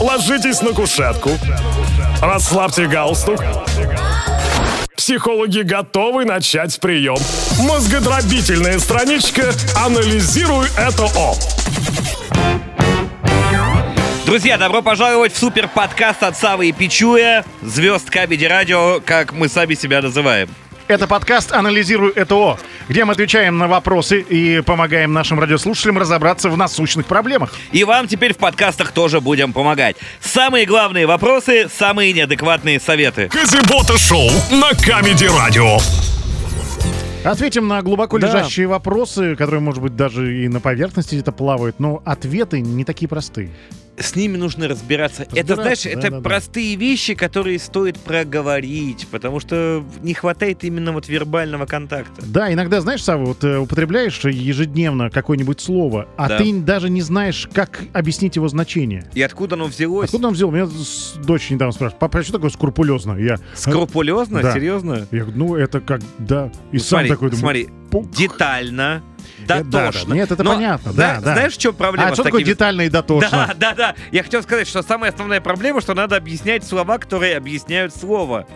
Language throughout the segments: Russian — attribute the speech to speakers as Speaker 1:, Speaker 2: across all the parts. Speaker 1: Ложитесь на кушетку. Расслабьте галстук. Психологи готовы начать прием. Мозгодробительная страничка «Анализируй это О».
Speaker 2: Друзья, добро пожаловать в супер подкаст от Савы и Пичуя, звезд Кабеди Радио, как мы сами себя называем.
Speaker 3: Это подкаст «Анализирую ЭТО», где мы отвечаем на вопросы и помогаем нашим радиослушателям разобраться в насущных проблемах.
Speaker 2: И вам теперь в подкастах тоже будем помогать. Самые главные вопросы, самые неадекватные советы.
Speaker 1: Казибота Шоу на Камеди Радио.
Speaker 3: Ответим на глубоко
Speaker 4: Да.
Speaker 3: лежащие вопросы, которые, может быть, даже и на поверхности где-то плавают, но ответы не такие простые.
Speaker 2: С ними нужно разбираться. это,
Speaker 3: Разбираться,
Speaker 2: знаешь,
Speaker 3: да,
Speaker 2: это
Speaker 3: да, да.
Speaker 2: простые вещи, которые стоит проговорить, потому что не хватает именно вот вербального контакта.
Speaker 3: Да, иногда, знаешь, Сава, вот э, употребляешь ежедневно какое-нибудь слово, а
Speaker 2: Да.
Speaker 3: ты даже не знаешь, как объяснить его значение.
Speaker 2: И откуда оно взялось?
Speaker 3: Откуда он взял? Меня с- дочь недавно спрашивает, папа, а что такое скрупулезно? Я,
Speaker 2: Скрупулезно?
Speaker 3: Да.
Speaker 2: Серьезно?
Speaker 3: я говорю, ну это как, да.
Speaker 2: Ну,
Speaker 3: И сам
Speaker 2: смотри,
Speaker 3: такой думаю,
Speaker 2: смотри,
Speaker 3: пук.
Speaker 2: детально,
Speaker 3: Э, да, да.
Speaker 2: дотошно.
Speaker 3: Нет, это
Speaker 2: Но
Speaker 3: понятно,
Speaker 2: зна-
Speaker 3: да, да.
Speaker 2: Знаешь, в чем проблема
Speaker 3: а
Speaker 2: с
Speaker 3: что такое
Speaker 2: такими
Speaker 3: детально и дотошно?
Speaker 2: Да, да, да. Я хотел сказать, что самая основная проблема, что надо объяснять слова, которые объясняют слово.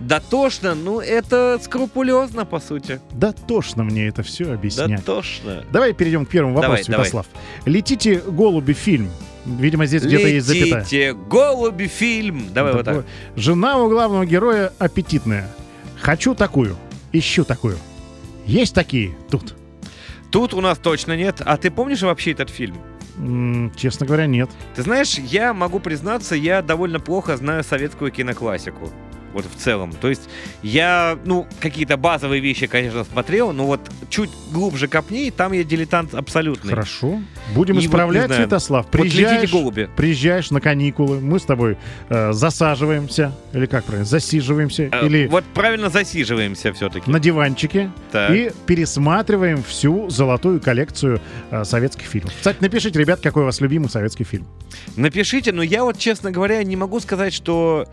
Speaker 2: Дотошно, ну это скрупулезно, по сути.
Speaker 3: Да тошно мне это все объяснять.
Speaker 2: Дотошно.
Speaker 3: Давай перейдем к первому вопросу,
Speaker 2: Давай, давай.
Speaker 3: Святослав. «Летите, голуби» фильм. Видимо, здесь где-то есть запятая.
Speaker 2: Летите, голуби, фильм. Давай вот так.
Speaker 3: Такое. Жена у главного героя аппетитная. Хочу такую, ищу такую. Есть такие тут?
Speaker 2: Тут у нас точно нет. А ты помнишь вообще этот фильм?
Speaker 3: М, честно говоря, нет.
Speaker 2: Ты знаешь, я могу признаться, я довольно плохо знаю советскую киноклассику. Вот в целом. То есть я, ну, какие-то базовые вещи, конечно, смотрел, но вот чуть глубже копней, там я дилетант абсолютный.
Speaker 3: Хорошо.
Speaker 2: И
Speaker 3: Будем
Speaker 2: вот не
Speaker 3: исправлять,
Speaker 2: знаем.
Speaker 3: Святослав.
Speaker 2: Вот летите,
Speaker 3: Приезжаешь,
Speaker 2: голуби.
Speaker 3: приезжаешь на каникулы, мы с тобой э, засаживаемся, или как правильно, засиживаемся,
Speaker 2: Э,
Speaker 3: или
Speaker 2: Вот правильно засиживаемся все-таки.
Speaker 3: на диванчике
Speaker 2: Так.
Speaker 3: и пересматриваем всю золотую коллекцию э, советских фильмов. Кстати, напишите, ребят, какой у вас любимый советский фильм.
Speaker 2: Напишите, но я вот, честно говоря, не могу сказать, что...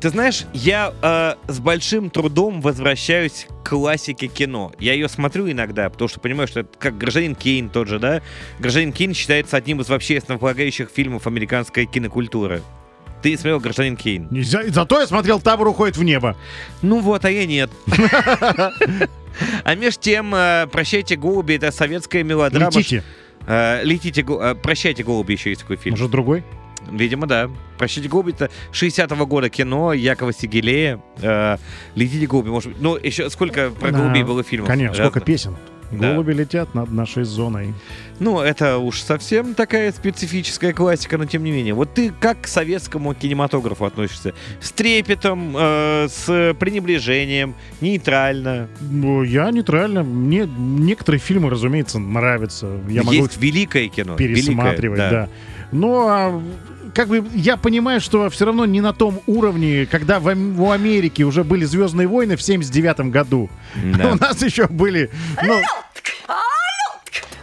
Speaker 2: Ты знаешь, я э, с большим трудом возвращаюсь к классике кино. Я ее смотрю иногда, потому что понимаю, что это как «Гражданин Кейн» тот же, да? «Гражданин Кейн» считается одним из вообще основополагающих фильмов американской кинокультуры. Ты смотрел «Гражданин Кейн»?
Speaker 3: Нельзя- Зато я смотрел «Табор уходит в небо».
Speaker 2: Ну вот, а я нет. А между тем, э, «Прощайте, голуби» — это советская мелодрама.
Speaker 3: Летите.
Speaker 2: Э, Летите, гол- э, «Прощайте, голуби» еще есть такой фильм.
Speaker 3: Может, другой?
Speaker 2: Видимо, да. «Прощайте, голуби» — это 60-го года кино Якова Сигелея. Э, «Летите, голуби», может быть. Ну, еще сколько про
Speaker 3: Да,
Speaker 2: голубей было фильмов?
Speaker 3: Конечно,
Speaker 2: Разных.
Speaker 3: сколько песен.
Speaker 2: Да.
Speaker 3: Голуби летят над нашей зоной.
Speaker 2: Ну, это уж совсем такая специфическая классика, но тем не менее. Вот ты как к советскому кинематографу относишься? С трепетом, э, с пренебрежением, нейтрально?
Speaker 3: Ну, Я нейтрально. Мне некоторые фильмы, разумеется, нравятся. Я могу
Speaker 2: Есть великое кино.
Speaker 3: пересматривать,
Speaker 2: великое,
Speaker 3: да. Но а, как бы я понимаю, что все равно не на том уровне, когда в, Ам- у Америки уже были Звездные войны в 79 году.
Speaker 2: Да.
Speaker 3: У нас еще были. ну,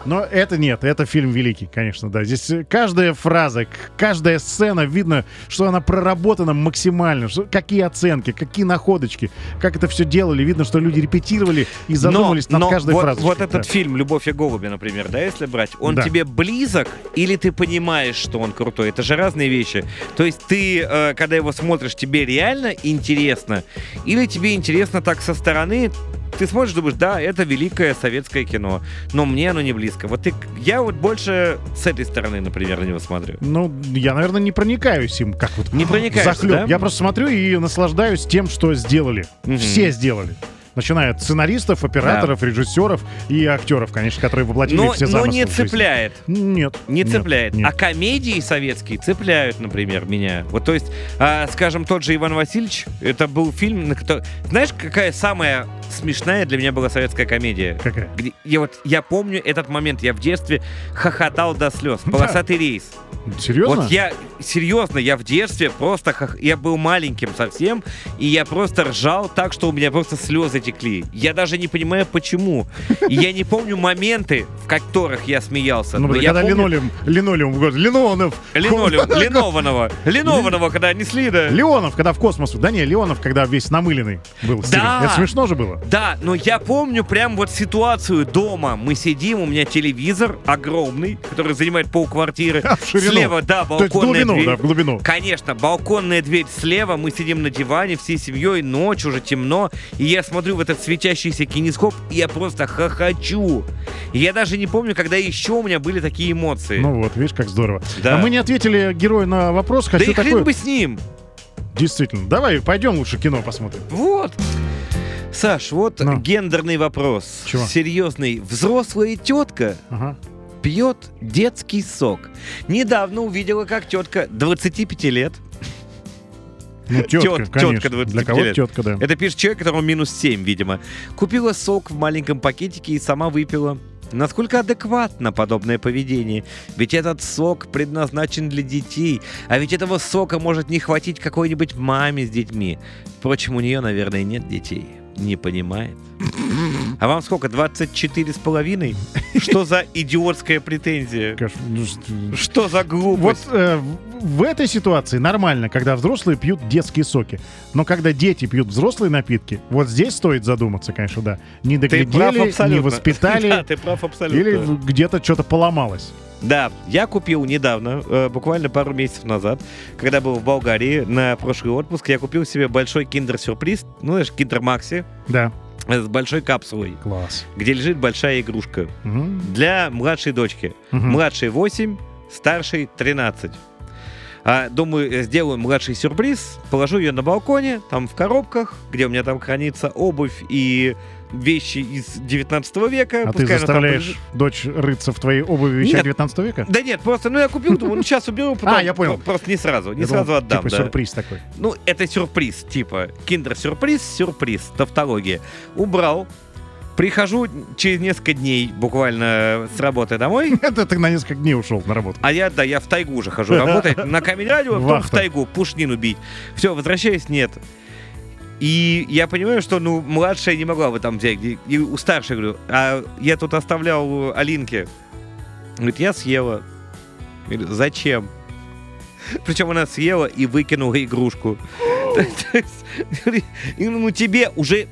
Speaker 3: но это нет, это фильм великий, конечно, да. Здесь э, каждая фраза, к- каждая сцена, видно, что она проработана максимально. что- какие оценки, какие находочки, как это все делали. Видно, что люди репетировали и задумывались
Speaker 2: но,
Speaker 3: над
Speaker 2: но
Speaker 3: каждой
Speaker 2: вот,
Speaker 3: фразой.
Speaker 2: Вот этот фильм «Любовь и голуби», например, да, если брать, он
Speaker 3: Да.
Speaker 2: тебе близок или ты понимаешь, что он крутой? Это же разные вещи. То есть ты, э, когда его смотришь, тебе реально интересно? Или тебе интересно так со стороны? Ты смотришь, думаешь, да, это великое советское кино, но мне оно не близко. Вот ты, я вот больше с этой стороны, например, на него смотрю.
Speaker 3: Ну, я, наверное, не проникаюсь им, как вот
Speaker 2: Не проникаешься,
Speaker 3: захлёб.
Speaker 2: да?
Speaker 3: Я просто смотрю и наслаждаюсь тем, что сделали.
Speaker 2: Мгм.
Speaker 3: Все сделали. Начиная от сценаристов, операторов, режиссеров и актеров, конечно, которые воплотили
Speaker 2: Но,
Speaker 3: А все
Speaker 2: но
Speaker 3: замыслы.
Speaker 2: не
Speaker 3: в жизнь.
Speaker 2: цепляет.
Speaker 3: Нет.
Speaker 2: Не
Speaker 3: нет,
Speaker 2: цепляет.
Speaker 3: нет.
Speaker 2: А комедии советские цепляют, например, меня. Вот, то есть, а, скажем, тот же Иван Васильевич, это был фильм, на который... Знаешь, какая самая смешная для меня была советская комедия?
Speaker 3: Какая?
Speaker 2: Где- Я вот, я помню этот момент, я в детстве хохотал до слез. Полосатый рейс.
Speaker 3: Серьезно?
Speaker 2: Вот я, серьезно, я в детстве просто, хох- я был маленьким совсем, и я просто ржал так, что у меня просто слезы текли. Я даже не понимаю, почему. И я не помню моменты, в которых я смеялся.
Speaker 3: Ну,
Speaker 2: но я
Speaker 3: когда
Speaker 2: помню-
Speaker 3: линолеум, линолеум в год. Линонов.
Speaker 2: Линолеум, Линованного. Линованного, когда несли, да.
Speaker 3: Леонов, когда в космос. Да не, Леонов, когда весь намыленный был. Стивен. Это смешно же было. телевизор.
Speaker 2: Да, но я помню прям вот ситуацию дома. Мы сидим, у меня телевизор огромный, который занимает полквартиры.
Speaker 3: А, В ширину.
Speaker 2: Слева, да,
Speaker 3: То есть
Speaker 2: балконная
Speaker 3: глубину,
Speaker 2: дверь.
Speaker 3: да, в глубину.
Speaker 2: Конечно, балконная дверь слева, мы сидим на диване всей семьей, ночь, уже темно, и я смотрю в этот светящийся кинескоп, и я просто хохочу. И я даже не помню, когда еще у меня были такие эмоции.
Speaker 3: Ну вот, видишь, как здорово.
Speaker 2: Да.
Speaker 3: А мы не а ответили герою на вопрос,
Speaker 2: да
Speaker 3: хочу
Speaker 2: и
Speaker 3: такой.
Speaker 2: хрен бы с ним.
Speaker 3: Действительно, давай пойдем лучше кино посмотрим.
Speaker 2: Вот. Саш, вот
Speaker 3: Ну.
Speaker 2: гендерный вопрос.
Speaker 3: Чего?
Speaker 2: Серьезный. Взрослая тетка
Speaker 3: Ага.
Speaker 2: пьет детский сок. Недавно увидела, как тетка 25 лет.
Speaker 3: Ну,
Speaker 2: Тётка,
Speaker 3: тетка,
Speaker 2: тётка
Speaker 3: конечно.
Speaker 2: 25
Speaker 3: Для кого
Speaker 2: лет.
Speaker 3: тетка, да.
Speaker 2: Это пишет человек, которому минус 7, видимо. Купила сок в маленьком пакетике и сама выпила. Насколько адекватно подобное поведение? Ведь этот сок предназначен для детей, а ведь этого сока может не хватить какой-нибудь маме с детьми. Впрочем, у нее, наверное, нет детей. Не понимает. А вам сколько? 24 с половиной? Что за идиотская претензия?
Speaker 3: Конечно, ну, что-
Speaker 2: Что за
Speaker 3: Вот
Speaker 2: глупость?
Speaker 3: э, в- в этой ситуации нормально, когда взрослые пьют детские соки. Но когда дети пьют взрослые напитки, вот здесь стоит задуматься, конечно, да. Не
Speaker 2: ты прав
Speaker 3: доглядели,
Speaker 2: абсолютно.
Speaker 3: не воспитали,
Speaker 2: Да, ты прав абсолютно.
Speaker 3: или в- где-то что-то поломалось.
Speaker 2: Да, я купил недавно, э, буквально пару месяцев назад, когда был в Болгарии на прошлый отпуск, я купил себе большой киндер-сюрприз, ну, знаешь, киндер Макси,
Speaker 3: Да.
Speaker 2: э, с большой капсулой,
Speaker 3: Класс.
Speaker 2: где лежит большая игрушка
Speaker 3: Мгм.
Speaker 2: для младшей дочки.
Speaker 3: Мгм. А
Speaker 2: Младший 8, старший 13. А, думаю, э, сделаю младший сюрприз, положу ее на балконе, там в коробках, где у меня там хранится обувь и вещи из 19 века.
Speaker 3: А ты
Speaker 2: Пускай она там
Speaker 3: заставляешь
Speaker 2: полежит.
Speaker 3: дочь рыться в твоей обуви вещей
Speaker 2: Нет.
Speaker 3: 19 века?
Speaker 2: Да нет, просто, ну я купил, думаю, ну сейчас уберу, потом.
Speaker 3: А, я понял.
Speaker 2: про- Просто не сразу, не
Speaker 3: Я думал,
Speaker 2: сразу отдам,
Speaker 3: Типа
Speaker 2: да.
Speaker 3: сюрприз такой.
Speaker 2: Ну, это сюрприз, типа, киндер-сюрприз, сюрприз, тавтология. Убрал, прихожу через несколько дней буквально с работы домой,
Speaker 3: Это ты на несколько дней ушел на работу.
Speaker 2: а я, да, я в тайгу уже хожу работать, на камень радио, потом в
Speaker 3: Вахта.
Speaker 2: тайгу, пушнину бить. Все, возвращаюсь, нет. И я понимаю, что, ну, младшая не могла бы там взять. И и у старшей говорю, а я тут оставлял Алинке. Говорит, я съела. Я говорю, зачем? Причем она съела и выкинула игрушку. То есть, говорит, Ну, тебе уже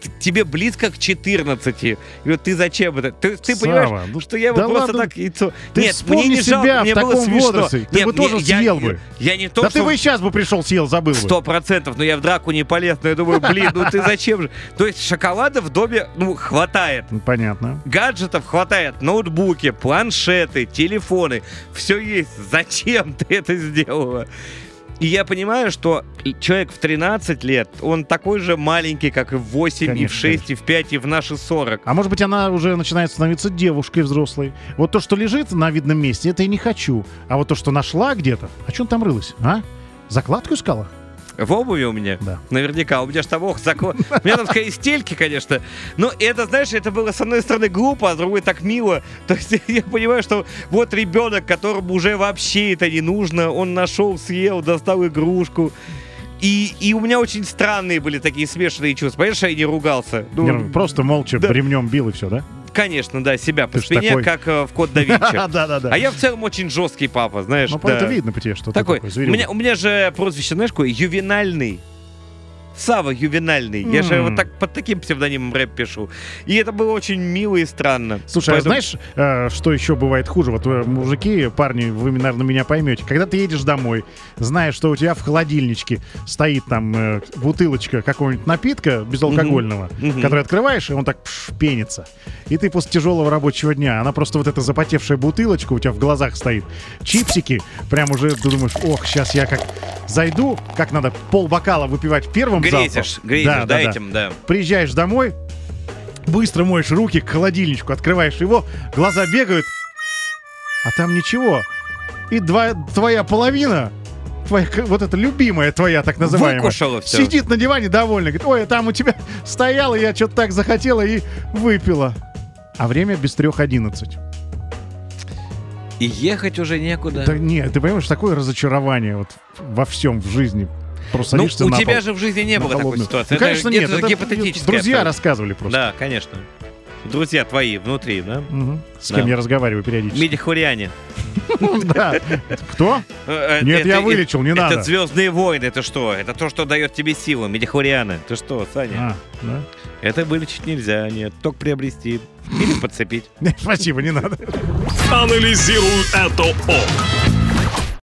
Speaker 2: т- тебе близко к 14. Я Говорю, ты зачем это? Ты, ты понимаешь,
Speaker 3: Сава, ну
Speaker 2: что я
Speaker 3: да
Speaker 2: его просто
Speaker 3: ладно.
Speaker 2: так... яйцо-
Speaker 3: Ты
Speaker 2: Нет,
Speaker 3: вспомни
Speaker 2: мне не
Speaker 3: себя
Speaker 2: жалко,
Speaker 3: в
Speaker 2: мне было
Speaker 3: таком
Speaker 2: смешно.
Speaker 3: возрасте. Ты
Speaker 2: Нет,
Speaker 3: бы
Speaker 2: мне-
Speaker 3: тоже
Speaker 2: я-
Speaker 3: съел бы.
Speaker 2: Я не то,
Speaker 3: да
Speaker 2: что
Speaker 3: ты бы и сейчас бы пришел, съел, забыл бы.
Speaker 2: Сто процентов, но я в драку не полез, но я думаю, блин, ну ты зачем же? То есть шоколада в доме, ну, хватает.
Speaker 3: Ну, Понятно.
Speaker 2: Гаджетов хватает, ноутбуки, планшеты, телефоны, все есть. Зачем ты это сделала? И я понимаю, что человек в 13 лет, он такой же маленький, как и в 8, и в
Speaker 3: Конечно,
Speaker 2: 6, и в 5, и в наши 40.
Speaker 3: А может быть, она уже начинает становиться девушкой взрослой. Вот то, что лежит на видном месте, это я не хочу. А вот то, что нашла где-то, а что он там рылась, а? Закладку искала?
Speaker 2: В обуви у меня?
Speaker 3: Да.
Speaker 2: Наверняка. У меня же там, ох, закон. У меня там скорее стельки, конечно. Но это, знаешь, это было с одной стороны глупо, а с другой так мило. То есть я понимаю, что вот ребенок, которому уже вообще это не нужно, он нашел, съел, достал игрушку. И, и у меня очень странные были такие смешанные чувства. Понимаешь, я не ругался. Ну,
Speaker 3: Не, просто молча
Speaker 2: да.
Speaker 3: бремнем бил и все, да?
Speaker 2: Конечно, да, себя по
Speaker 3: ж
Speaker 2: спине,
Speaker 3: такой.
Speaker 2: как э, в код да Винчи.
Speaker 3: Да-да-да.
Speaker 2: А я в целом очень жесткий папа, знаешь.
Speaker 3: Ну,
Speaker 2: да.
Speaker 3: это видно по тебе, что
Speaker 2: Такой.
Speaker 3: ты такой
Speaker 2: у,
Speaker 3: зверюга.
Speaker 2: меня, у меня же прозвище, знаешь, какое? Ювенальный. Сава Ювенальный. Я же
Speaker 3: М.
Speaker 2: вот так под таким псевдонимом рэп пишу. И это было очень мило и странно.
Speaker 3: Слушай,
Speaker 2: Поэтому-
Speaker 3: а знаешь, э, что еще бывает хуже? Вот э, мужики, парни, вы, наверное, меня поймете. Когда ты едешь домой, знаешь, что у тебя в холодильничке стоит там э, бутылочка какого-нибудь напитка безалкогольного,
Speaker 2: Мгм.
Speaker 3: который открываешь, и он так пш, пенится. И ты после тяжелого рабочего дня, она просто вот эта запотевшая бутылочка у тебя в глазах стоит. Чипсики, прям уже ты думаешь, ох, сейчас я как зайду, как надо пол бокала выпивать первым
Speaker 2: Грезишь,
Speaker 3: залпом.
Speaker 2: грезишь, да, этим, да.
Speaker 3: Приезжаешь домой, быстро моешь руки к холодильничку, открываешь его, глаза бегают, а там ничего. И два- твоя половина, твоя, к- вот эта любимая твоя, так называемая,
Speaker 2: Выкушала всё.
Speaker 3: сидит на диване довольна, говорит, ой, а там у тебя стояла, я что-то так захотела и выпила. А время без трех одиннадцать.
Speaker 2: И ехать уже некуда. Ну,
Speaker 3: Да нет, ты понимаешь, такое разочарование вот во всем в жизни. Просто
Speaker 2: ну, у
Speaker 3: садишься на
Speaker 2: тебя
Speaker 3: пол,
Speaker 2: же в жизни не
Speaker 3: на
Speaker 2: было такой
Speaker 3: холодную.
Speaker 2: ситуации.
Speaker 3: Ну,
Speaker 2: Это-
Speaker 3: конечно,
Speaker 2: это
Speaker 3: нет.
Speaker 2: же
Speaker 3: это
Speaker 2: гипотетическая
Speaker 3: друзья
Speaker 2: абсолютно.
Speaker 3: рассказывали просто.
Speaker 2: Да, конечно. Друзья твои внутри, да?
Speaker 3: Мгм. С кем
Speaker 2: Да.
Speaker 3: я разговариваю периодически.
Speaker 2: Медихуриане.
Speaker 3: Да. Кто?
Speaker 2: Э, э,
Speaker 3: Нет, я
Speaker 2: это-
Speaker 3: вылечил, не
Speaker 2: это
Speaker 3: надо.
Speaker 2: Звездные войны, это что? Это то, что дает тебе силу, медихорианы. Ты что, Саня?
Speaker 3: А, да.
Speaker 2: Это вылечить нельзя, нет. Только приобрести или подцепить.
Speaker 3: Спасибо, не надо.
Speaker 1: Анализируй это О.